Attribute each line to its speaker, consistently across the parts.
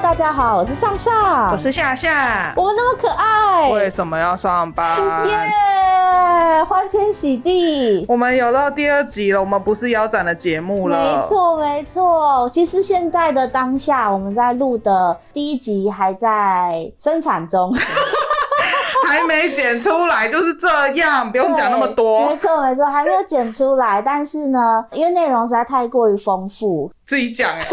Speaker 1: 大家好，我是上上，
Speaker 2: 我是夏夏。
Speaker 1: 我们那么可爱，
Speaker 2: 为什么要上班？
Speaker 1: 耶欢天喜地。
Speaker 2: 我们有到第二集了，我们不是腰斩的节目了。
Speaker 1: 没错，没错。其实现在的当下，我们在录的第一集还在生产中，
Speaker 2: 还没剪出来就是这样， 不用讲那么
Speaker 1: 对没
Speaker 2: 多，
Speaker 1: 错，没错，还没有剪出来。但是呢，因为内容实在太过于丰 富，
Speaker 2: 自己讲哎，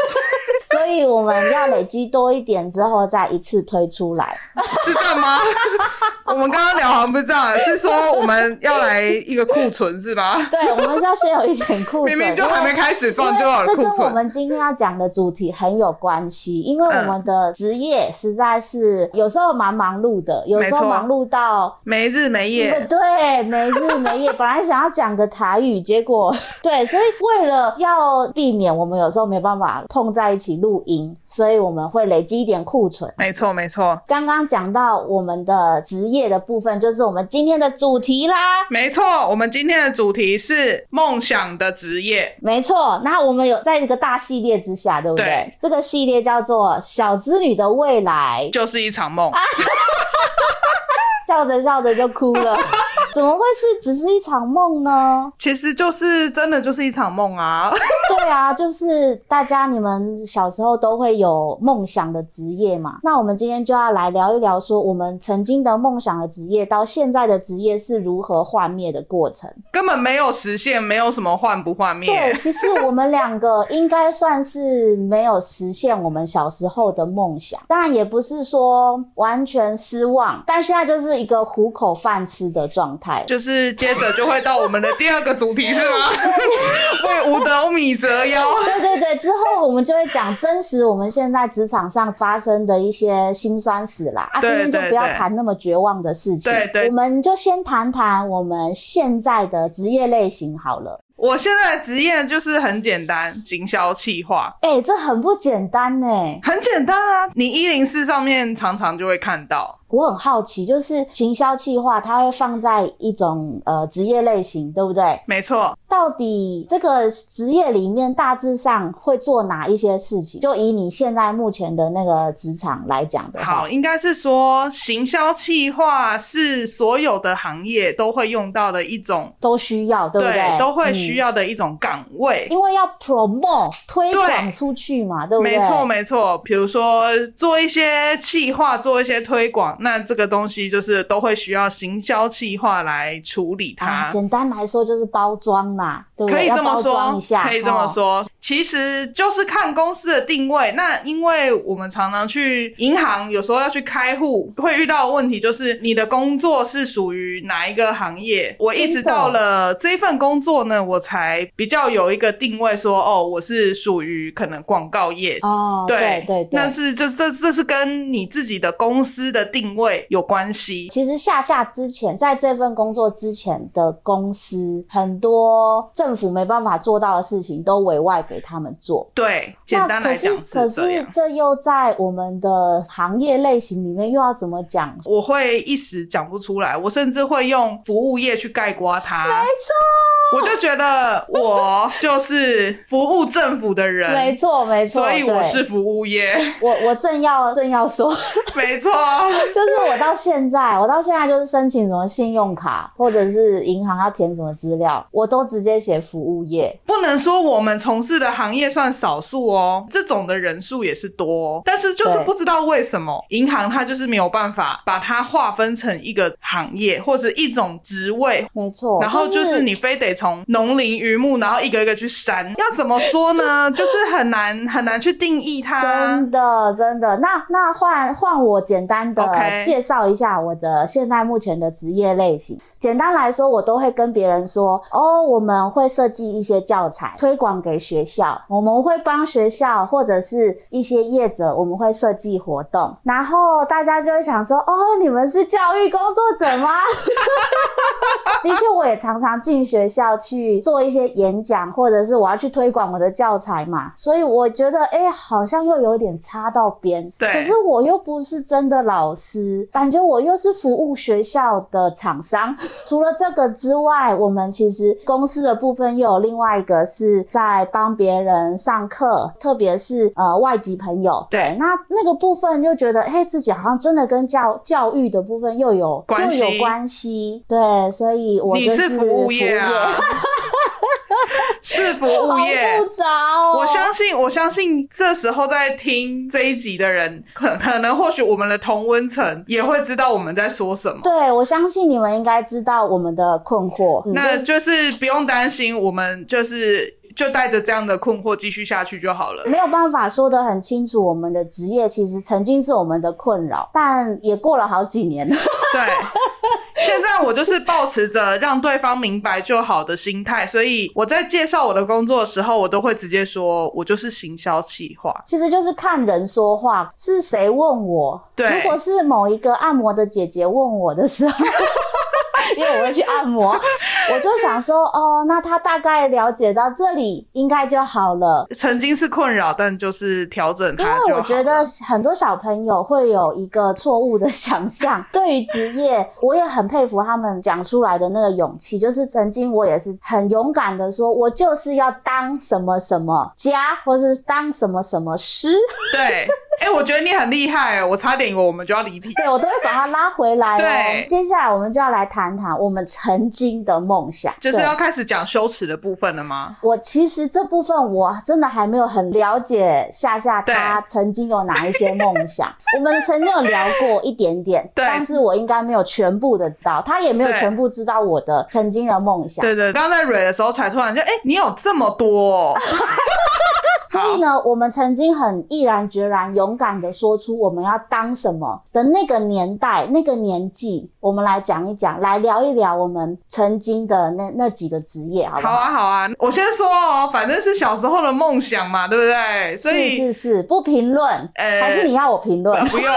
Speaker 1: 所以我们要累积多一点之后再一次推出来。
Speaker 2: 是这 样吗？我们刚刚聊好像不是这样，是说我们要来一个库存是吧？
Speaker 1: 对，我们是要先有一点库存，
Speaker 2: 明明就还没开始
Speaker 1: 因
Speaker 2: 放
Speaker 1: 为
Speaker 2: 就有了
Speaker 1: 这
Speaker 2: 库
Speaker 1: 跟我
Speaker 2: 存，嗯
Speaker 1: 们今天要讲的主题很有关系，因为我们的职业实在是有时候蛮忙碌的，有时候
Speaker 2: 没错
Speaker 1: 忙碌到。
Speaker 2: 没日没夜。
Speaker 1: 对，没日没夜。本来想要讲个台语，结果 对，所以为了要避免我们有时候没办法碰在一起录音，所以我们会累积一点库存。
Speaker 2: 没错没错
Speaker 1: 刚刚讲到我们的职业的部分，就是我们今天的主题啦。
Speaker 2: 没错，我们今天的主题是梦想的职业。
Speaker 1: 没错，那我们有在这个大系列之下，对不对？
Speaker 2: 对
Speaker 1: 这个系列叫做《小织女的未来》，
Speaker 2: 就是一场
Speaker 1: 啊
Speaker 2: 梦，
Speaker 1: 笑着笑着就哭了，怎么会是只是一场梦呢？
Speaker 2: 其实就是真的就是一场梦啊！
Speaker 1: 对啊，就是大家你们小时候都会有梦想的职业嘛，那我们今天就要来聊一聊，说我们曾经的梦想的职业到现在的职业是如何幻灭的过程。
Speaker 2: 根本没有实现，没有什么幻不幻
Speaker 1: 对，
Speaker 2: 灭。
Speaker 1: 其实我们两个应该算是没有实现我们小时候的梦想，当然也不是说完全失望，但现在就是一个糊口饭吃的状态。
Speaker 2: 就是接着就会到我们的第二个主题是 吗？为五斗米折腰。
Speaker 1: 对对对，之后我们就会讲真实我们现在职场上发生的一些辛酸史啦。啊，今
Speaker 2: 对
Speaker 1: 天就
Speaker 2: 对
Speaker 1: 不要
Speaker 2: 对
Speaker 1: 谈那么绝望的事情，
Speaker 2: 对对
Speaker 1: 我们就先谈谈我们现在的职业类型好了。
Speaker 2: 我现在的职业就是很简单，行销企划，
Speaker 1: 哎、这很不简单呢、
Speaker 2: 很简单啊。你一零四上面常常就会看到，
Speaker 1: 我很好奇，就是行销企划，它会放在一种呃职业类型，对不对？
Speaker 2: 没错。
Speaker 1: 到底这个职业里面大致上会做哪一些事情？就以你现在目前的那个职场来讲的话
Speaker 2: 好，，应该是说行销企划是所有的行业都会用到的一种，
Speaker 1: 都需要，对不嗯
Speaker 2: 都会需
Speaker 1: 要、
Speaker 2: 要的一种岗位
Speaker 1: 嗯。因为要 promote 推广
Speaker 2: 对
Speaker 1: 出去嘛，对不对？
Speaker 2: 没错，没错。比如说做一些企划，做一些推广，那这个东西就是都会需要行销企划来处理它。
Speaker 1: 啊，简单来说就是包装嘛，对不
Speaker 2: 可
Speaker 1: 对？
Speaker 2: 以
Speaker 1: 要
Speaker 2: 这么
Speaker 1: 包装
Speaker 2: 说
Speaker 1: 一下，，
Speaker 2: 可以这么
Speaker 1: 哦。
Speaker 2: 说，其实就是看公司的定位。那因为我们常常去银行，有时候要去开户，会遇到的问题就是你的工作是属于哪一个行业。我一直
Speaker 1: 真的
Speaker 2: 到了这份工作呢，我才比较有一个定位说哦，我是属于可能广告业
Speaker 1: 哦，对对对，
Speaker 2: 那是这这这是跟你自己的公司的定位有关系。
Speaker 1: 其实夏夏之前在这份工作之前的公司，很多政府没办法做到的事情，都委外给他们做。
Speaker 2: 对，简单来讲
Speaker 1: 那可是
Speaker 2: 这
Speaker 1: 可是
Speaker 2: 样。
Speaker 1: 这又在我们的行业类型里面又要怎么讲？没
Speaker 2: 我会一时讲不出来，我甚至会用服务业去盖棺它。
Speaker 1: 错，
Speaker 2: 我就觉得我就是服务政府的人，
Speaker 1: 没错，没错。
Speaker 2: 所以我
Speaker 1: 对
Speaker 2: 是服务业，
Speaker 1: 我我正要正要说，
Speaker 2: 没错。
Speaker 1: 就是我到现在，我到现在就是申请什么信用卡，或者是银行要填什么资料，我都直接写服务业。
Speaker 2: 不能说我们从事的行业算少数哦，这种的人数也是多、哦，但是就是
Speaker 1: 对
Speaker 2: 不知道为什么银行它就是没有办法把它划分成一个行业或者一种职位。
Speaker 1: 没错，
Speaker 2: 然后就是你非得从农林渔牧，然后一个一个去删，要怎么说呢？就是很难很难去定义它
Speaker 1: 真。的，真的。那那换换我简单的
Speaker 2: OK
Speaker 1: 介绍一下我的现在目前的职业类型。简单来说，我都会跟别人说，哦，我们会设计一些教材推广给学校，我们会帮学校或者是一些业者，我们会设计活动，然后大家就会想说，哦，你们是教育工作者吗？的确，我也常常进学校去做一些演讲，或者是我要去推广我的教材嘛，所以我觉得，哎、好像又有点插到边。
Speaker 2: 对
Speaker 1: 可是我又不是真的老师，感觉我又是服务学校的厂商，除了这个之外，我们其实公司的部分又有另外一个是在帮别人上课，特别是呃外籍朋友。
Speaker 2: 对
Speaker 1: 那那个部分就觉得，嘿，自己好像真的跟教教育的部分又有
Speaker 2: 关系
Speaker 1: 又有关系。对，所以我
Speaker 2: 你
Speaker 1: 就是
Speaker 2: 服务业啊， 是服
Speaker 1: 服务
Speaker 2: 务业。
Speaker 1: 好复杂哦。
Speaker 2: 我相信，我相信这时候在听这一集的人，可可能或许我们的同温层也会知道我们在说什么。
Speaker 1: 对，我相信你们应该知道我们的困惑。嗯
Speaker 2: 那
Speaker 1: 就
Speaker 2: 就是不用担心，我们就是就带着这样的困惑继续下去就好 了。
Speaker 1: 没有办法说得很清楚，我们的职业其实曾经是我们的困扰，但也过了好几年了。
Speaker 2: 对，现在我就是保持着让对方明白就好的心态，所以我在介绍我的工作的时候，我都会直接说，我就是行销企划。
Speaker 1: 其实就是看人说话，是谁问我？
Speaker 2: 对
Speaker 1: 如果是某一个按摩的姐姐问我的时候。 因为我会去按摩，我就想说，哦，那她大概了解到这里应该就好了。
Speaker 2: 曾经是困扰，但就是调整它
Speaker 1: 因
Speaker 2: 就好了。
Speaker 1: 为我觉得很多小朋友会有一个错误的想象，对于职业，我也很佩服他们讲出来的那个勇气。就是曾经我也是很勇敢的说，我就是要当什么什么家，或是当什么什么师，
Speaker 2: 对，哎、我觉得你很厉害哦，我差点以为我们就要离题。
Speaker 1: 对我都会把它拉回来、哦。
Speaker 2: 对
Speaker 1: 接下来我们就要来谈谈我们曾经的梦想，
Speaker 2: 就是
Speaker 1: 对
Speaker 2: 要开始讲羞耻的部分了吗？
Speaker 1: 我其实这部分我真的还没有很了解夏夏她曾经有哪一些梦想。 我们曾经有聊过一点点，
Speaker 2: 对
Speaker 1: 但是我应该没有全部的知道，她也没有
Speaker 2: 对
Speaker 1: 全部知道我的曾经的梦想。
Speaker 2: 对对，刚刚在蕊的时候才突然就，哎、你有这么多、哦，
Speaker 1: 所以呢，我们曾经很毅然决然、勇敢的说出我们要当什么的那个年代、那个年纪，我们来讲一讲，来聊一聊我们曾经的那那几个职业， 好不
Speaker 2: 好啊好啊，我先说哦，反正是小时候的梦想嘛，对不对？所
Speaker 1: 是
Speaker 2: 以
Speaker 1: 是是，不评论，
Speaker 2: 呃
Speaker 1: 还是你要我评论？
Speaker 2: 不用，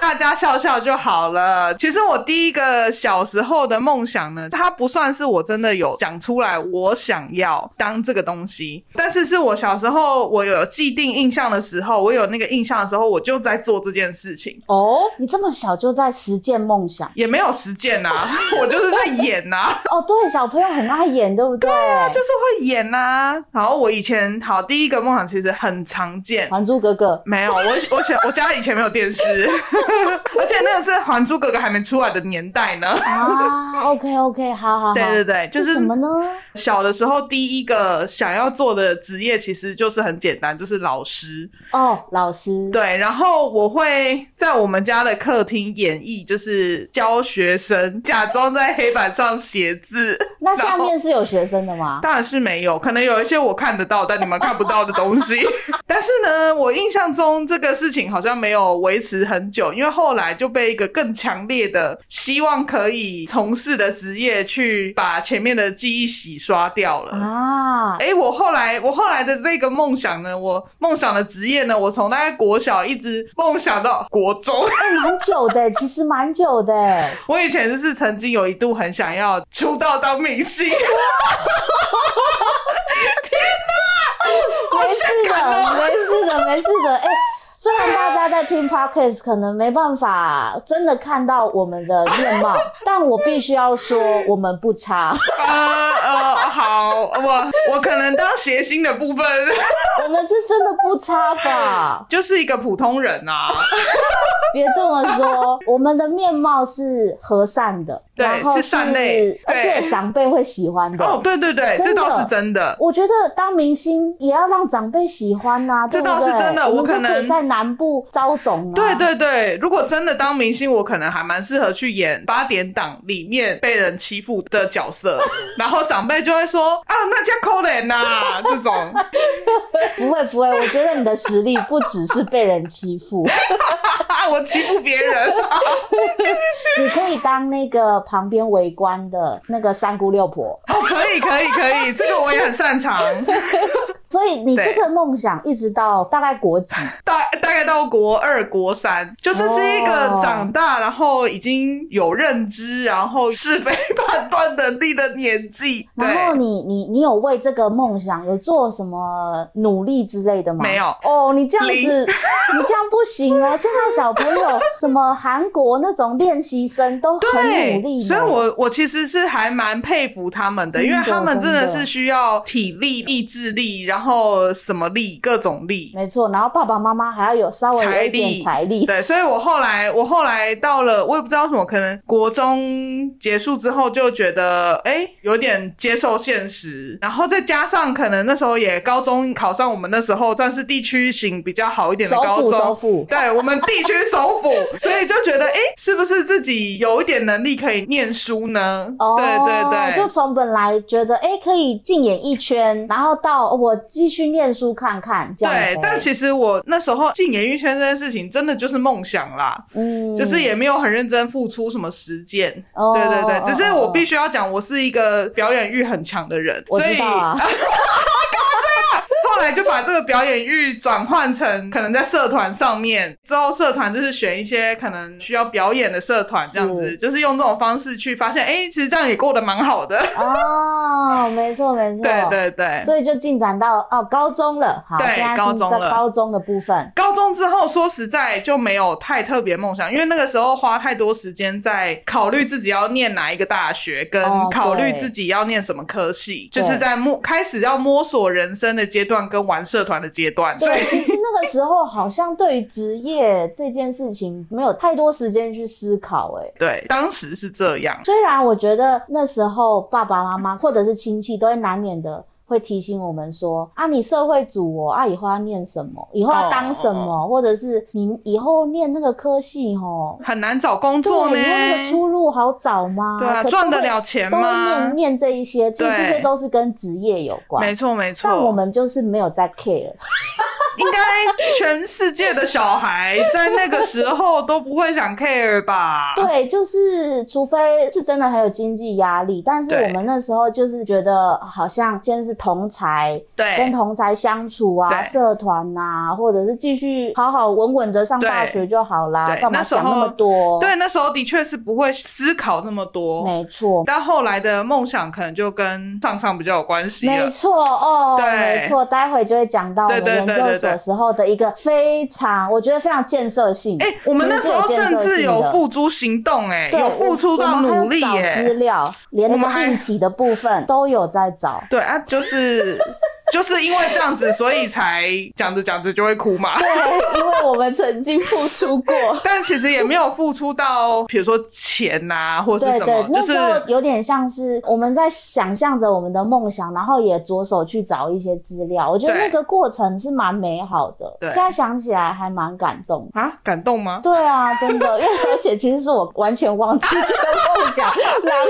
Speaker 2: 大家笑笑就好了。其实我第一个小时候的梦想呢，它不算是我真的有讲出来我想要当这个东西，但是是我小时候我有既定印象的时候，我有那个印象的时候，我就在做这件事情。
Speaker 1: 哦，你这么小就在实践梦想。
Speaker 2: 也没有实践呐、啊， 我就是在演呐、啊，
Speaker 1: 哦，对，小朋友很爱演，对不对？对啊
Speaker 2: 就是会演呐、啊。然后我以前好第一个梦想其实很常见，
Speaker 1: 还珠格格》
Speaker 2: 没有，我我想我家以前没有电视， 而且那个是《还珠格格》还没出来的年代呢。
Speaker 1: 啊。OK OK，好好好。
Speaker 2: 对对对，就是
Speaker 1: 什么呢？
Speaker 2: 小的时候第一个想要做的职业，其实就是很简单，就是老师。
Speaker 1: 哦，老师。
Speaker 2: 对，然后我会在我们家的客厅演绎，就是教学生假装在黑板上写字。
Speaker 1: 那下面是有学生的吗？
Speaker 2: 当然是没有，可能有一些我看得到，但你们看不到的东西。 但是呢，我印象中这个事情好像没有维持很久，因为后来就被一个更强烈的希望可以从事的职业去把前面的记忆洗刷掉了。
Speaker 1: 啊，
Speaker 2: 哎、我后来我后来的这个梦想呢，我梦想的职业呢，我从大概国小一直梦想到国中。
Speaker 1: 蛮久的，其实蛮久的。
Speaker 2: 我以前就是曾经有一度很想要出道当明星。天哪！好
Speaker 1: 没事
Speaker 2: 性感
Speaker 1: 的，
Speaker 2: 哦！
Speaker 1: 没事的，没事的。哎、虽然大家在听 podcast 可能没办法真的看到我们的面 貌，但我必须要说，我们不差。
Speaker 2: 呃呃，好，我我可能当谐星的部分
Speaker 1: 我们是真的不差吧？
Speaker 2: 就是一个普通人啊。
Speaker 1: 别这么说，我们的面貌是和善的，
Speaker 2: 对
Speaker 1: 然后
Speaker 2: 是善类
Speaker 1: 而且
Speaker 2: 对
Speaker 1: 长辈会喜欢的。
Speaker 2: 哦，对对对，
Speaker 1: 真的
Speaker 2: 这倒是真的。
Speaker 1: 我觉得当明星也要让长辈喜欢呐、对
Speaker 2: 这
Speaker 1: 不对？
Speaker 2: 倒是真的
Speaker 1: 我
Speaker 2: 我
Speaker 1: 们就
Speaker 2: 可能
Speaker 1: 可以在南部招总啊。
Speaker 2: 对。对对，如果真的当明星，我可能还蛮适合去演八点档里面被人欺负的角色， 然后长辈就会说啊，那叫扣脸呐，这种。
Speaker 1: 不会不会，我觉得你的实力不只是被人欺负，
Speaker 2: 啊我欺负别 人、
Speaker 1: 你可以当那个旁边围观的那个三姑六婆。
Speaker 2: 哦，可以可以可以，这个我也很擅长。
Speaker 1: 所以你这
Speaker 2: 对
Speaker 1: 个梦想一直到大概国几？
Speaker 2: 大大概到国二、国三，就是是一个
Speaker 1: 哦
Speaker 2: 长大，然后已经有认知，然后是非判断能力的年纪。对，
Speaker 1: 然后你你你有为这个梦想有做什么努力之类的吗？
Speaker 2: 没有
Speaker 1: 哦，你这样子，
Speaker 2: 零
Speaker 1: 你这样不行哦。现在小朋友什么韩国那种练习生都很努力呢，
Speaker 2: 对，所以我我其实是还蛮佩服他们的，
Speaker 1: 真
Speaker 2: 因
Speaker 1: 的
Speaker 2: 为他们真的
Speaker 1: 真的
Speaker 2: 是需要体力、意志力，然后什么力，各种力。
Speaker 1: 没错。然后爸爸妈妈还要有稍微有一点财 力，
Speaker 2: 对，所以我后来我后来到了，我也不知道为什么，可能国中结束之后就觉得，哎，有点接受现实，然后再加上可能那时候也高中考上我们那时候算是地区型比较好一点的
Speaker 1: 首
Speaker 2: 高
Speaker 1: 付
Speaker 2: 中，
Speaker 1: 首付。
Speaker 2: 对我们地区首府，所以就觉得，哎，是不是自己有一点能力可以念书呢？
Speaker 1: 哦，
Speaker 2: 对对
Speaker 1: 就
Speaker 2: 对。
Speaker 1: 从本来觉得哎、诶可以进演艺圈，然后到哦我继续念书看看这样子。
Speaker 2: 对，但其实我那时候进演艺圈这件事情，真的就是梦想啦，
Speaker 1: 嗯
Speaker 2: 就是也没有很认真付出什么实践。
Speaker 1: 哦
Speaker 2: 对对对，
Speaker 1: 哦
Speaker 2: 只是
Speaker 1: 哦
Speaker 2: 我必须要讲，我是一个表演欲很强的人，
Speaker 1: 我
Speaker 2: 所以
Speaker 1: 知道啊
Speaker 2: 后来就把这个表演欲转换成可能在社团上面，之后社团就是选一些可能需要表演的社团，这样子，
Speaker 1: 是
Speaker 2: 就是用这种方式去发现，哎、其实这样也过得蛮好的。
Speaker 1: 哦，没错没错，
Speaker 2: 对对对。
Speaker 1: 所以就进展到哦高中了，好，
Speaker 2: 对
Speaker 1: 现在
Speaker 2: 高
Speaker 1: 是
Speaker 2: 中
Speaker 1: 在
Speaker 2: 了
Speaker 1: 高中的部分，
Speaker 2: 高中之后，说实在就没有太特别梦想，因为那个时候花太多时间在考虑自己要念哪一个大学，跟
Speaker 1: 哦
Speaker 2: 考虑
Speaker 1: 对
Speaker 2: 自己要念什么科系，
Speaker 1: 对
Speaker 2: 就是在摸开始要摸索人生的阶段跟玩社团的阶段。所以
Speaker 1: 对，其实那个时候好像对于职业这件事情没有太多时间去思考，哎。
Speaker 2: 对，当时是这样。
Speaker 1: 虽然我觉得那时候爸爸妈妈或者是亲戚都会难免的会提醒我们说啊，你社会主哦，啊以后要念什么，以后要当什么，或者是你以后念那个科系哦，
Speaker 2: 很难找工
Speaker 1: 对，
Speaker 2: 作呢
Speaker 1: 以后那个。出路好找吗？
Speaker 2: 对啊，
Speaker 1: 可
Speaker 2: 赚
Speaker 1: 都
Speaker 2: 得
Speaker 1: 会
Speaker 2: 了钱
Speaker 1: 都会
Speaker 2: 吗
Speaker 1: 念？念这一些，其实这
Speaker 2: 对
Speaker 1: 些都是跟职业有关
Speaker 2: 没。错，没错。
Speaker 1: 但我们就是没有在 care，
Speaker 2: 应该全世界的小孩在那个时候都不会想 care 吧？
Speaker 1: 对，就是除非是真的很有经济压力，但是
Speaker 2: 对
Speaker 1: 我们那时候就是觉得好像先是同才，跟
Speaker 2: 对
Speaker 1: 同才相处啊，
Speaker 2: 对
Speaker 1: 社团呐、或者是继续好好稳稳的上大
Speaker 2: 对
Speaker 1: 学就好啦，
Speaker 2: 对
Speaker 1: 干嘛
Speaker 2: 那时候
Speaker 1: 想那么多？
Speaker 2: 对，那时候的确是不会思考那么多，
Speaker 1: 哦没错，
Speaker 2: 但后来的梦想可能就跟上上比较有关系
Speaker 1: 没
Speaker 2: 了。
Speaker 1: 错哦，
Speaker 2: 对
Speaker 1: 没错，待会就会讲到我
Speaker 2: 对
Speaker 1: 们
Speaker 2: 对
Speaker 1: 研
Speaker 2: 对
Speaker 1: 究
Speaker 2: 对
Speaker 1: 所
Speaker 2: 对
Speaker 1: 时候的一个非常，我觉得非常建设性。
Speaker 2: 哎、我们那时候
Speaker 1: 其实是有建
Speaker 2: 甚
Speaker 1: 设
Speaker 2: 至
Speaker 1: 性的
Speaker 2: 有付诸行动、哎，
Speaker 1: 对，
Speaker 2: 有付出
Speaker 1: 我
Speaker 2: 到
Speaker 1: 们还有
Speaker 2: 努力、
Speaker 1: 找
Speaker 2: 耶。
Speaker 1: 资料，连那
Speaker 2: 我们
Speaker 1: 个
Speaker 2: 还
Speaker 1: 硬体的部分都有在找。
Speaker 2: 对啊，就是 就是因为这样子，所以才讲着讲着就会哭嘛。
Speaker 1: 对，因为我们曾经付出过。
Speaker 2: 但其实也没有付出到，比如说钱呐、或是
Speaker 1: 对
Speaker 2: 什
Speaker 1: 对
Speaker 2: 么，，
Speaker 1: 那
Speaker 2: 就是
Speaker 1: 时候有点像是我们在想象着我们的梦想，然后也着手去找一些资料。我觉得
Speaker 2: 对
Speaker 1: 那个过程是蛮美好的，
Speaker 2: 对
Speaker 1: 现在想起来还蛮感动的。
Speaker 2: 啊，感动吗？
Speaker 1: 对啊，真的，因 为而且其实是我完全忘记这个梦想，然后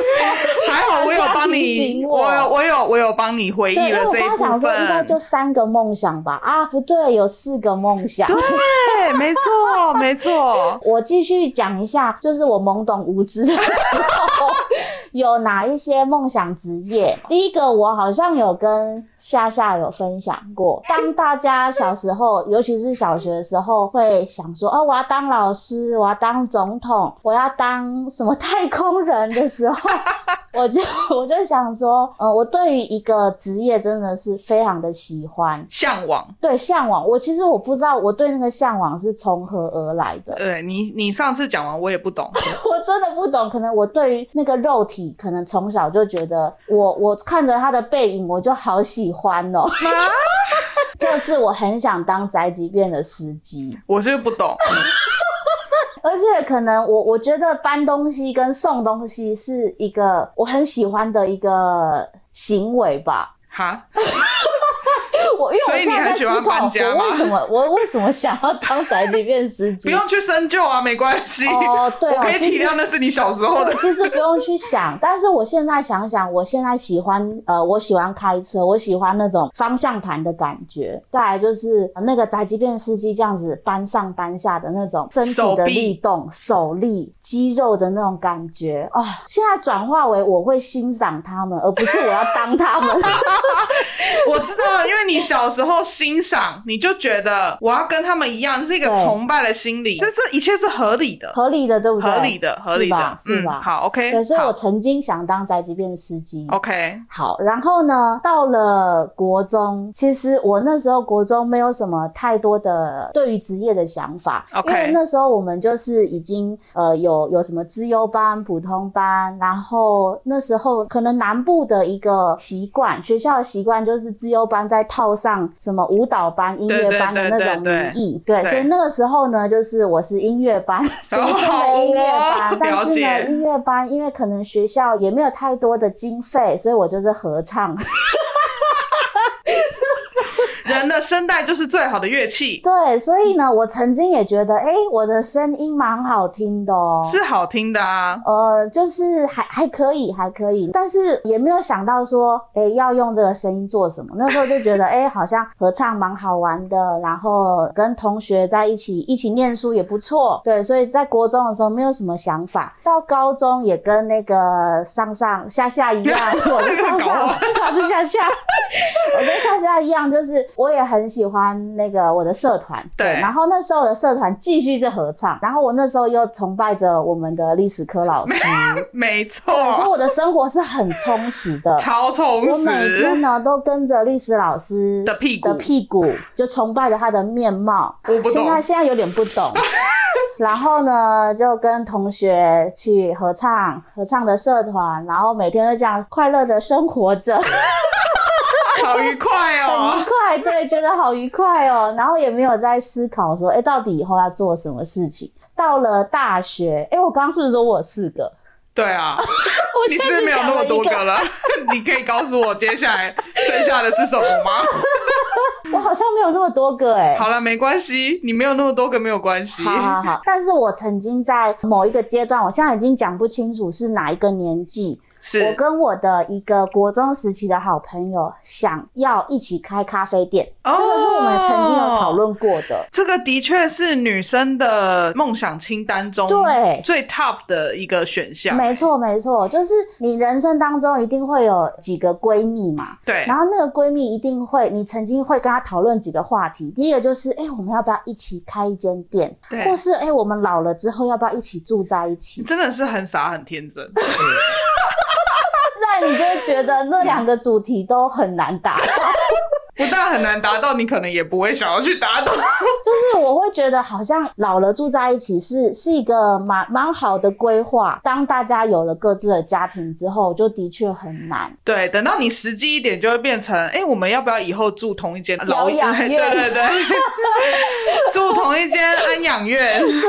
Speaker 2: 还好我有帮
Speaker 1: 提
Speaker 2: 你，
Speaker 1: 醒
Speaker 2: 我
Speaker 1: 我
Speaker 2: 有我有我有帮你回忆
Speaker 1: 对，因为
Speaker 2: 了
Speaker 1: 我
Speaker 2: 这一
Speaker 1: 刚刚想
Speaker 2: 部
Speaker 1: 说应该
Speaker 2: 分。
Speaker 1: 就三个梦想吧，啊，不对，有四个梦想。
Speaker 2: 对，没错，没错。
Speaker 1: 我继续讲一下，就是我懵懂无知的时候有哪一些梦想职业。第一个，我好像有跟夏夏有分享过，当大家小时候，尤其是小学的时候，会想说，哦，我要当老师，我要当总统，我要当什么太空人的时候，我就我就想说，呃，我对于一个职业真的是非常的喜欢，
Speaker 2: 向往，
Speaker 1: 对向往。我其实我不知道我对那个向往是从何而来的。
Speaker 2: 对呃你，你上次讲完我也不懂，
Speaker 1: 我真的不懂，可能我对于那个肉体，可能从小就觉得我我看着他的背影，我就好喜欢哦。 就是我很想当宅急便的司机，
Speaker 2: 我是不懂。
Speaker 1: 而且可能我我觉得搬东西跟送东西是一个我很喜欢的一个行为吧。
Speaker 2: 哈，
Speaker 1: 我因为
Speaker 2: 所
Speaker 1: 我
Speaker 2: 以
Speaker 1: 现在
Speaker 2: 你
Speaker 1: 在
Speaker 2: 很喜
Speaker 1: 思
Speaker 2: 欢
Speaker 1: 考，
Speaker 2: 搬家吗
Speaker 1: 我为什么我为什么想要当宅急便司
Speaker 2: 不
Speaker 1: 机？
Speaker 2: 用去深究啊，没关系。
Speaker 1: 哦，对
Speaker 2: 我
Speaker 1: 哦，
Speaker 2: 可以
Speaker 1: 其
Speaker 2: 体
Speaker 1: 实
Speaker 2: 谅那是你小时候的。
Speaker 1: 其实不用去想， 但是我现在想想，我现在喜欢呃，我喜欢开车，我喜欢那种方向盘的感觉。再来就是呃那个宅急便司机这样子搬上搬下的那种身体的
Speaker 2: 手臂
Speaker 1: 律动、手力、肌肉的那种感觉啊、现在转 化为我会欣赏他们，而不是我要当他们。
Speaker 2: 我知道，因为你你小时候欣赏，你就觉得我要跟他们一样，是一个
Speaker 1: 对
Speaker 2: 崇拜的心理，这这一切是合理的，
Speaker 1: 合理的，对不对？
Speaker 2: 合理的，合理
Speaker 1: 是
Speaker 2: 的
Speaker 1: 吧，？是
Speaker 2: 嗯，
Speaker 1: 吧？
Speaker 2: 好，OK，
Speaker 1: 对，所以
Speaker 2: 好
Speaker 1: 我曾经想当宅急便司机。
Speaker 2: OK，
Speaker 1: 好，然后呢，到了国中，其实我那时候国中没有什么太多的对于职业的想法
Speaker 2: OK
Speaker 1: 因为那时候我们就是已经呃有有什么资优班、普通班，然后那时候可能南部的一个习惯，学校的习惯就是资优班再套上什么舞蹈班、音乐班的
Speaker 2: 对
Speaker 1: 那
Speaker 2: 对对
Speaker 1: 种
Speaker 2: 对
Speaker 1: 名义，对
Speaker 2: 对
Speaker 1: 所以那个时候呢，就是我是音乐班，所以
Speaker 2: 好
Speaker 1: 音乐
Speaker 2: 哦
Speaker 1: 班，但是
Speaker 2: 了
Speaker 1: 呢，
Speaker 2: 解
Speaker 1: 音乐班因为可能学校也没有太多的经费，所以我就是合唱。
Speaker 2: 人的声带就是最好的乐器，
Speaker 1: 对，所以呢，我曾经也觉得，哎、我的声音蛮好听的哦。
Speaker 2: 是好听的啊。
Speaker 1: 呃，就是还还可以，还可以，但是也没有想到说，哎、要用这个声音做什么。那时候就觉得，哎、好像合唱蛮好玩的，然后跟同学在一起一起念书也不错。对，所以在国中的时候没有什么想法，到高中也跟那个上上下下一样，我是上
Speaker 2: 搞
Speaker 1: 上
Speaker 2: 我，
Speaker 1: 他是下下。 我跟夏夏一样，就是我也很喜欢那个我的社团，
Speaker 2: 对
Speaker 1: 然后那时候我的社团继续是合唱，然后我那时候又崇拜着我们的历史科老师，
Speaker 2: 没
Speaker 1: 我说
Speaker 2: 错，
Speaker 1: 我的生活是很充实的。
Speaker 2: 超
Speaker 1: 我
Speaker 2: 充
Speaker 1: 每天
Speaker 2: 实。
Speaker 1: 呢都跟着历史老师
Speaker 2: 的屁股
Speaker 1: 的屁股，就崇拜着他的面貌。
Speaker 2: 我不懂
Speaker 1: 现在现在有点不 懂。然后呢，就跟同学去合唱，合唱的社团，然后每天都这样快乐的生活着。
Speaker 2: 好愉快
Speaker 1: 很愉
Speaker 2: 哦。
Speaker 1: 快，对，觉得好愉快哦。然后也没有在思考说，哎、到底以后要做什么事情。到了大学，哎、我刚刚是不是说我有四个？
Speaker 2: 对啊，
Speaker 1: 我
Speaker 2: 你
Speaker 1: 哦现在
Speaker 2: 是不是
Speaker 1: 只
Speaker 2: 没有
Speaker 1: 讲
Speaker 2: 那么
Speaker 1: 了
Speaker 2: 多
Speaker 1: 一
Speaker 2: 个
Speaker 1: 个，
Speaker 2: 了？ 你可以告诉我接下来剩下的是什么 吗？
Speaker 1: 我好像没有那么多个、诶哎。
Speaker 2: 好了，没关系，你没有那么多个没有关系。
Speaker 1: 好好好，但是我曾经在某一个阶段，我现在已经讲不清楚是哪一个年纪，我
Speaker 2: 是
Speaker 1: 跟我的一个国中时期的好朋友想要一起开咖啡店，
Speaker 2: 哦
Speaker 1: 这个是我们曾经有讨论过的。
Speaker 2: 这个的确是女生的梦想清单中
Speaker 1: 对
Speaker 2: 最 top 的一个选项。
Speaker 1: 没错，没错，就是你人生当中一定会有几个闺蜜嘛，
Speaker 2: 对
Speaker 1: 然后那个闺蜜一定会，你曾经会跟她讨论几个话题。第一个就是，哎、我们要不要一起开一间店，
Speaker 2: 对
Speaker 1: 或，是哎、诶我们老了之后要不要一起住在一
Speaker 2: 你
Speaker 1: 起？
Speaker 2: 真的是很傻很天 真。
Speaker 1: 那你就会觉得那两个主题都很难达到，
Speaker 2: 不但很难达到，你可能也不会想要去 达 到。
Speaker 1: 就是我会觉得好像老了住在一起是是一个蛮蛮好的规划。当大家有了各自的家庭之后，就的确很难。
Speaker 2: 对，等到你实际一点，就会变成，哎、我们要不要以后住同一间老
Speaker 1: 疗养院
Speaker 2: 对对对，住同一间安养院。
Speaker 1: 对，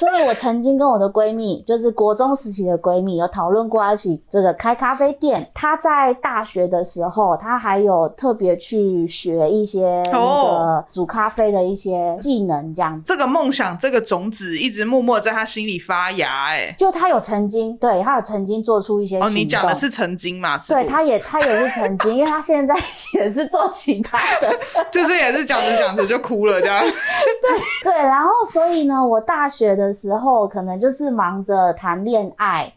Speaker 1: 所以我曾经跟我的闺蜜，就是国中时期的闺蜜，有讨论过要一起这个开咖啡店。她在大学的时候，她还有特别去学一些那
Speaker 2: 哦
Speaker 1: 个煮咖啡的一些技能，这样子。
Speaker 2: 这个梦想，这个种子一直默默在他心里发芽、哎，
Speaker 1: 就她有曾经，对她有曾经做出一些行
Speaker 2: 哦，
Speaker 1: 动。
Speaker 2: 你讲的是曾经嘛？是不
Speaker 1: 对，她也她也是曾经，因为她现在也是做其 他的。
Speaker 2: 就是也是讲着讲着就哭了，这样。
Speaker 1: 对，然后所以呢，我大学的时候可能就是忙着谈恋爱，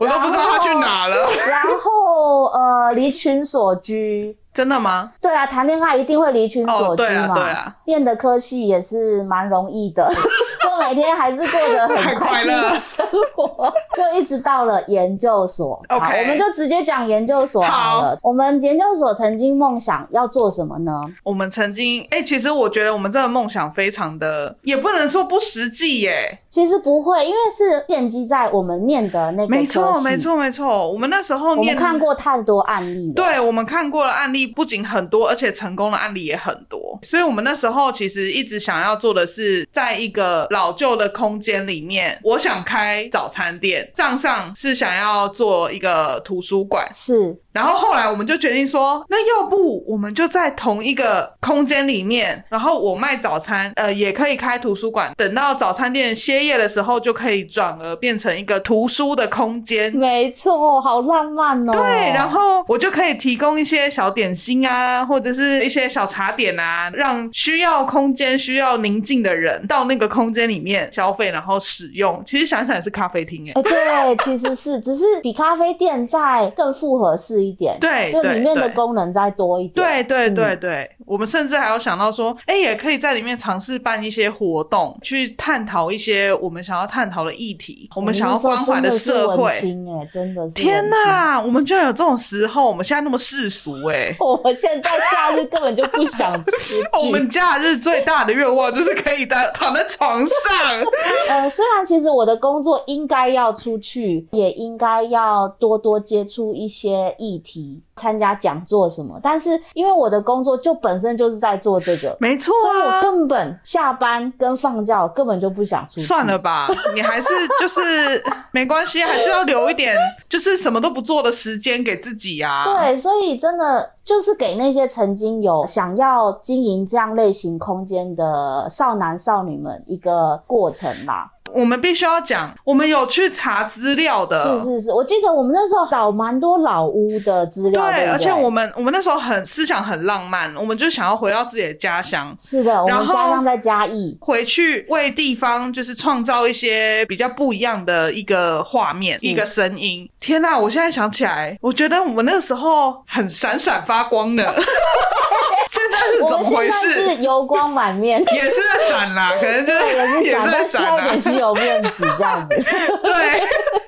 Speaker 2: 我都不知道他去哪了。
Speaker 1: 然后呃，离群所居。
Speaker 2: 真的吗？
Speaker 1: 对啊，谈恋爱一定会离群所居嘛。
Speaker 2: 哦对啊对啊
Speaker 1: 念的科系也是蛮容易的， 就每天还是过得很快乐
Speaker 2: 很快乐
Speaker 1: 的生活。就一直到了研究所
Speaker 2: OK
Speaker 1: 好，我们就直接讲研究所好了。我们研究所曾经梦想要做什么呢？
Speaker 2: 我们曾经，哎、其实我觉得我们这个梦想非常的，也不能说不实际耶、
Speaker 1: 其实不会，因为是奠基在我们念的那个
Speaker 2: 没错
Speaker 1: 科，系
Speaker 2: 没。错，没错。我们那时候
Speaker 1: 我
Speaker 2: 念
Speaker 1: 们看过太多案例了。
Speaker 2: 对，我们看过的案例不仅很多，而且成功的案例也很多。所以，我们那时候其实一直想要做的是，在一个老旧的空间里面，我想开早餐店，上上是想要做一个图书馆。
Speaker 1: 是
Speaker 2: 然后后来我们就决定说，那要不我们就在同一个空间里面，然后我卖早餐，呃，也可以开图书馆。等到早餐店歇业的时候，就可以转而变成一个图书的空间。
Speaker 1: 没错，好浪漫哦。
Speaker 2: 对，然后我就可以提供一些小点心啊，或者是一些小茶点啊，它，让需要空间、需要宁静的人到那个空间里面消费，然后使用。其实想想也是咖啡厅哎、
Speaker 1: 哎、对，其实是，只是比咖啡店再更复合式一点，
Speaker 2: 对
Speaker 1: 就里面的
Speaker 2: 对对
Speaker 1: 功能再多一点。
Speaker 2: 对对
Speaker 1: 嗯
Speaker 2: 对对，我们甚至还有想到说，哎，也可以在里面尝试办一些活动，去探讨一些我们想要探讨的议题，我
Speaker 1: 我
Speaker 2: 们想要关怀的社会。
Speaker 1: 哎、真的是
Speaker 2: 天
Speaker 1: 哪！
Speaker 2: 呐，我们居然有这种时候，我们现在那么世俗哎、
Speaker 1: 我们现在假日根本就不想 出去。
Speaker 2: 我们假日最大的愿望就是可以在躺在床上，
Speaker 1: 呃，虽然其实我的工作应该要出去，也应该要多多接触一些议题，参加讲座什么，但是因为我的工作就本身就是在做这个，
Speaker 2: 没错
Speaker 1: 所以我
Speaker 2: 啊。
Speaker 1: 根本下班跟放假我根本就不想出去。
Speaker 2: 算了吧，你还是就是没关系，还是要留一点就是什么都不做的时间给自己呀、啊。
Speaker 1: 对，所以真的就是给那些曾经有想要经营这样类型空间的少男少女们一个过程啦。
Speaker 2: 我们必须要讲，我们有去查资料的，
Speaker 1: 是是是，我记得我们那时候找蛮多老屋的资料，对不
Speaker 2: 对，
Speaker 1: 对，
Speaker 2: 而且我们我们那时候很思想很浪漫，我们就想要回到自己的家乡。
Speaker 1: 是的，我
Speaker 2: 然
Speaker 1: 们家
Speaker 2: 后
Speaker 1: 乡在嘉义，
Speaker 2: 回去为地方就是创造一些比较不一样的一个画面、
Speaker 1: 是
Speaker 2: 一个声音。天呐，我现在想起来，我觉得我们那个时候很闪闪发 光的，现在是
Speaker 1: 我
Speaker 2: 怎么
Speaker 1: 们
Speaker 2: 回
Speaker 1: 现在
Speaker 2: 事？
Speaker 1: 是油光满 面。
Speaker 2: 也是在 闪啦，可能就是
Speaker 1: 对，也是
Speaker 2: 也
Speaker 1: 想，
Speaker 2: 在
Speaker 1: 但需
Speaker 2: 闪
Speaker 1: 要
Speaker 2: 啊
Speaker 1: 一
Speaker 2: 啦
Speaker 1: 点，吸油面纸这样子。
Speaker 2: 对。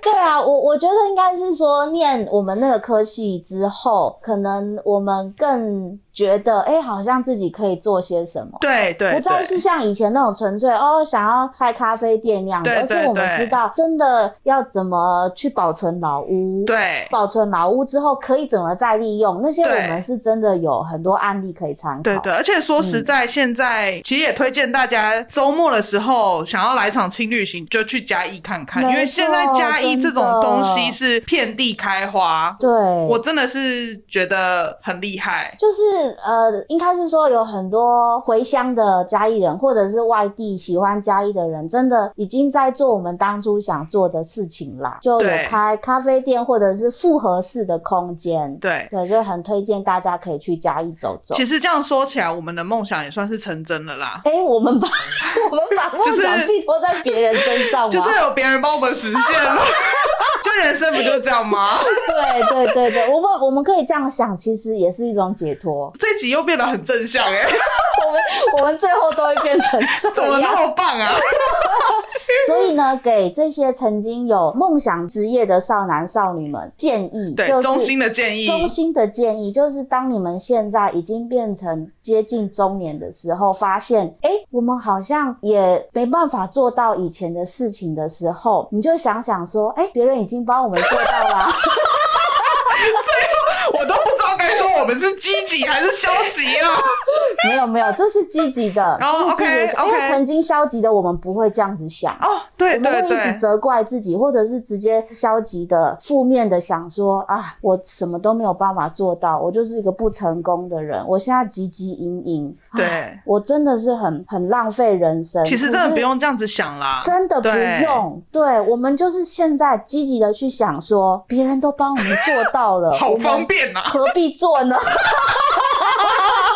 Speaker 1: 对啊，我我觉得应该是说，念我们那个科系之后，可能我们更觉得，哎、好像自己可以做些什么。
Speaker 2: 对对
Speaker 1: 不再
Speaker 2: 对
Speaker 1: 是像以前那种纯粹哦想要开咖啡店那样的，
Speaker 2: 对
Speaker 1: 而是
Speaker 2: 对
Speaker 1: 我们
Speaker 2: 对
Speaker 1: 知道真的要怎么去保存老屋，，
Speaker 2: 对
Speaker 1: 保存老屋之后可以怎么再利用，那些我
Speaker 2: 对
Speaker 1: 们是真的有很多案例可以参考。
Speaker 2: 对对，而且说
Speaker 1: 嗯
Speaker 2: 实在，现在、其实也推荐大家周末的时候想要来场轻旅行，就去嘉义看看，
Speaker 1: 没错
Speaker 2: 因为现在嘉义这种东
Speaker 1: 真
Speaker 2: 西
Speaker 1: 的
Speaker 2: 是遍地开花。
Speaker 1: 对
Speaker 2: 我真的是觉得很厉害，
Speaker 1: 就是呃，应该是说有很多回乡的嘉义人，或者是外地喜欢嘉义的人，真的已经在做我们当初想做的事情啦，就有
Speaker 2: 对
Speaker 1: 开咖啡店或者是复合式的空间，
Speaker 2: 对。
Speaker 1: 对，就很推荐大家可以去嘉义走走
Speaker 2: 其。实这样说起来，我们的梦想也算是成真了啦，
Speaker 1: 哎、我们把我们把梦
Speaker 2: 就是
Speaker 1: 想寄托在别人身上吗？
Speaker 2: 就是有别人帮我们实现 了，就人生不就这样吗？
Speaker 1: 对对对对，我们我们可以这样想，其实也是一种解脱。
Speaker 2: 这集又变得很正向哎、
Speaker 1: 我们我们最后都会变成
Speaker 2: 怎
Speaker 1: 这
Speaker 2: 么
Speaker 1: 样。
Speaker 2: 那么棒啊？
Speaker 1: 所以呢，给这些曾经有梦想职业的少男少女们建议，
Speaker 2: 对，
Speaker 1: 就是
Speaker 2: 衷心的建议，
Speaker 1: 衷心的建议，就是当你们现在已经变成接近中年的时候，发现哎、诶我们好像也没办法做到以前的事情的时候，你就想想说，哎、别人已经帮我们做到了啊、
Speaker 2: 我都不知道该说我们是积极还是消极啊了。
Speaker 1: 没有没有，这是积极的，
Speaker 2: 哦
Speaker 1: 这是积极的
Speaker 2: OK，OK
Speaker 1: 因为曾经消极的我们不会这样子想。
Speaker 2: 哦，对
Speaker 1: 我们
Speaker 2: 对
Speaker 1: 会一直
Speaker 2: 对，
Speaker 1: 责怪自己，或者是直接消极的、负面的想说啊，我什么都没有办法做到，我就是一个不成功的人，我现在汲汲营营，
Speaker 2: 对
Speaker 1: 唉我真的是很很浪费人生。
Speaker 2: 其实真
Speaker 1: 可
Speaker 2: 的
Speaker 1: 是
Speaker 2: 不用这样子想啦。
Speaker 1: 真的不
Speaker 2: 对
Speaker 1: 用，对我们就是现在积极的去想说，别人都帮我们做到了，
Speaker 2: 好
Speaker 1: 我们
Speaker 2: 方便呐、
Speaker 1: 何必做 呢？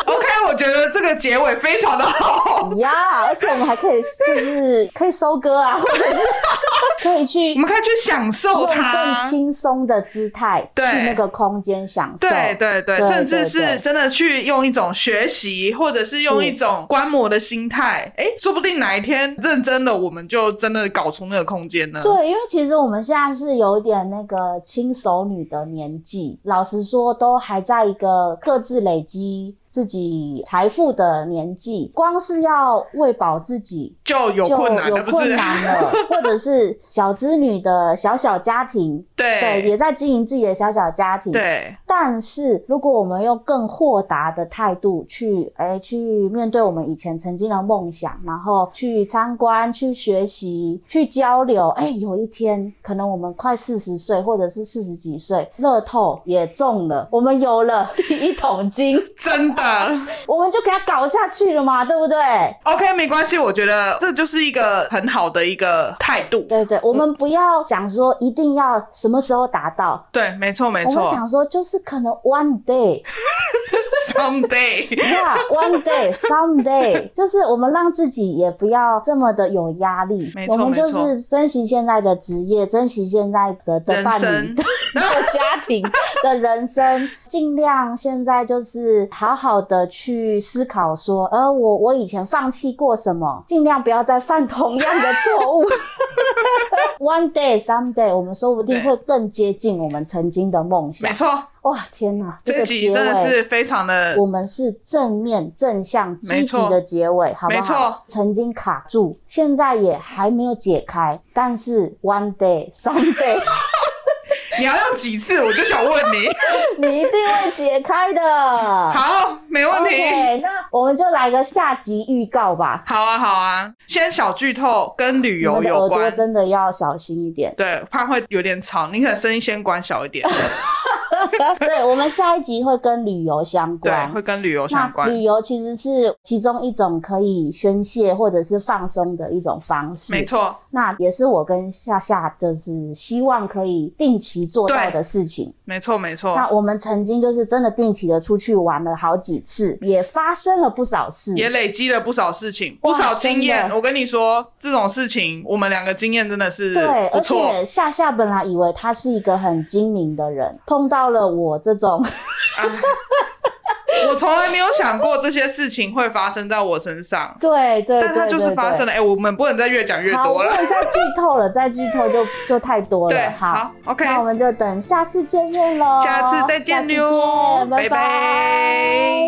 Speaker 2: OK，我觉得这个结尾非常的好，
Speaker 1: 呀，而且我们还可以就是可以收割啊， 或者是 可以去
Speaker 2: 我们可以去享受
Speaker 1: 用更
Speaker 2: 它。
Speaker 1: 轻松的姿态
Speaker 2: 对
Speaker 1: 去那个空间享受。
Speaker 2: 对对对，
Speaker 1: 对
Speaker 2: 甚至
Speaker 1: 对对
Speaker 2: 是真的去用一种学习，或者是用
Speaker 1: 是
Speaker 2: 一种观摩的心态，哎，说不定哪一天认真的，我们就真的搞出那个空间呢。
Speaker 1: 对，因为其实我们现在是有点那个轻熟女的年纪，老实说，都还在一个各自累积自己财富的年纪，光是要喂饱自己
Speaker 2: 就有
Speaker 1: 就
Speaker 2: 困难
Speaker 1: 有
Speaker 2: 了，不
Speaker 1: 困
Speaker 2: 是？
Speaker 1: 难了，或者是小资女的小小家庭，对，
Speaker 2: 对
Speaker 1: 也在经营自己的小小家庭，
Speaker 2: 对
Speaker 1: 但是，如果我们用更豁达的态度去，哎，去面对我们以前曾经的梦想，然后去参观、去学习、去交流，哎，有一天可能我们快四十岁，或者是四十几岁，乐透也中了，我们有了一桶金，
Speaker 2: 真的。
Speaker 1: 我们就给它搞下去了嘛，对不对？
Speaker 2: OK，没关系，我觉得这就是一个很好的一个态度。
Speaker 1: 对对，我们不要想说一定要什么时候达到，
Speaker 2: 对，没错，没
Speaker 1: 我们
Speaker 2: 错，
Speaker 1: 想说就是可能 one day，
Speaker 2: someday。
Speaker 1: Yeah, one day, someday，就是我们让自己也不要这么的有压力
Speaker 2: 没，错
Speaker 1: 我们就
Speaker 2: 没
Speaker 1: 是珍惜现在的职业，珍惜现在的的
Speaker 2: 人
Speaker 1: 伴侣
Speaker 2: 生
Speaker 1: 的的家庭的人 生，尽量现在就是好好的去思考说，呃，我我以前放弃过什么，尽量不要再犯同样的错 误。One day, someday，我们说不定
Speaker 2: 对
Speaker 1: 会更接近我们曾经的梦想
Speaker 2: 没。错，
Speaker 1: 哇，天哪，这
Speaker 2: 这
Speaker 1: 个
Speaker 2: 集
Speaker 1: 结
Speaker 2: 真的
Speaker 1: 尾
Speaker 2: 是非常的
Speaker 1: 我们是正面、正向、积
Speaker 2: 没
Speaker 1: 极
Speaker 2: 错
Speaker 1: 的结尾，好不
Speaker 2: 没错
Speaker 1: 好？曾经卡住，现在也还没有解开，但是 one day、someday，
Speaker 2: 你要用几次？我就想问你。
Speaker 1: 你一定会解开的。 好
Speaker 2: 好，没问题。
Speaker 1: OK，那我们就来个下集预告吧。
Speaker 2: 好啊，好啊。先小剧透跟旅
Speaker 1: 你
Speaker 2: 游
Speaker 1: 们的
Speaker 2: 有
Speaker 1: 耳朵
Speaker 2: 关，。
Speaker 1: 真的要小心一点
Speaker 2: 对，怕会有点吵，你可能声音先关小一 点，
Speaker 1: 啊对，我们下一集会跟旅游相
Speaker 2: 对，
Speaker 1: 关。
Speaker 2: 会跟旅游相
Speaker 1: 那
Speaker 2: 关。
Speaker 1: 旅游其实是其中一种可以宣泄或者是放松的一种方式。
Speaker 2: 没错，
Speaker 1: 那也是我跟夏夏就是希望可以定期做到的事情。
Speaker 2: 没错，没
Speaker 1: 那
Speaker 2: 错，
Speaker 1: 我们曾经就是真的定期的出去玩了好几次，也发生了不少事。
Speaker 2: 也累积了不少事情，
Speaker 1: 哇
Speaker 2: 不少经验
Speaker 1: 真。的
Speaker 2: 我跟你说，这种事情我们两个经验真的是
Speaker 1: 对，
Speaker 2: 不
Speaker 1: 而
Speaker 2: 错。
Speaker 1: 且夏夏本来以为他是一个很精明的人，碰到了我这种，，
Speaker 2: 哎 我从来没有想过这些事情会发生在我身上
Speaker 1: 对对对
Speaker 2: 但它就是发生了。
Speaker 1: 了。
Speaker 2: 哎、我们不能再越讲越
Speaker 1: 好，不
Speaker 2: 多了。
Speaker 1: 能再剧透了，再剧透就就太多
Speaker 2: 对
Speaker 1: 了。，好，
Speaker 2: o k
Speaker 1: 那我们就等下次见面喽。
Speaker 2: 下次再
Speaker 1: 下
Speaker 2: 见
Speaker 1: 次
Speaker 2: 溜
Speaker 1: 见，拜
Speaker 2: 拜拜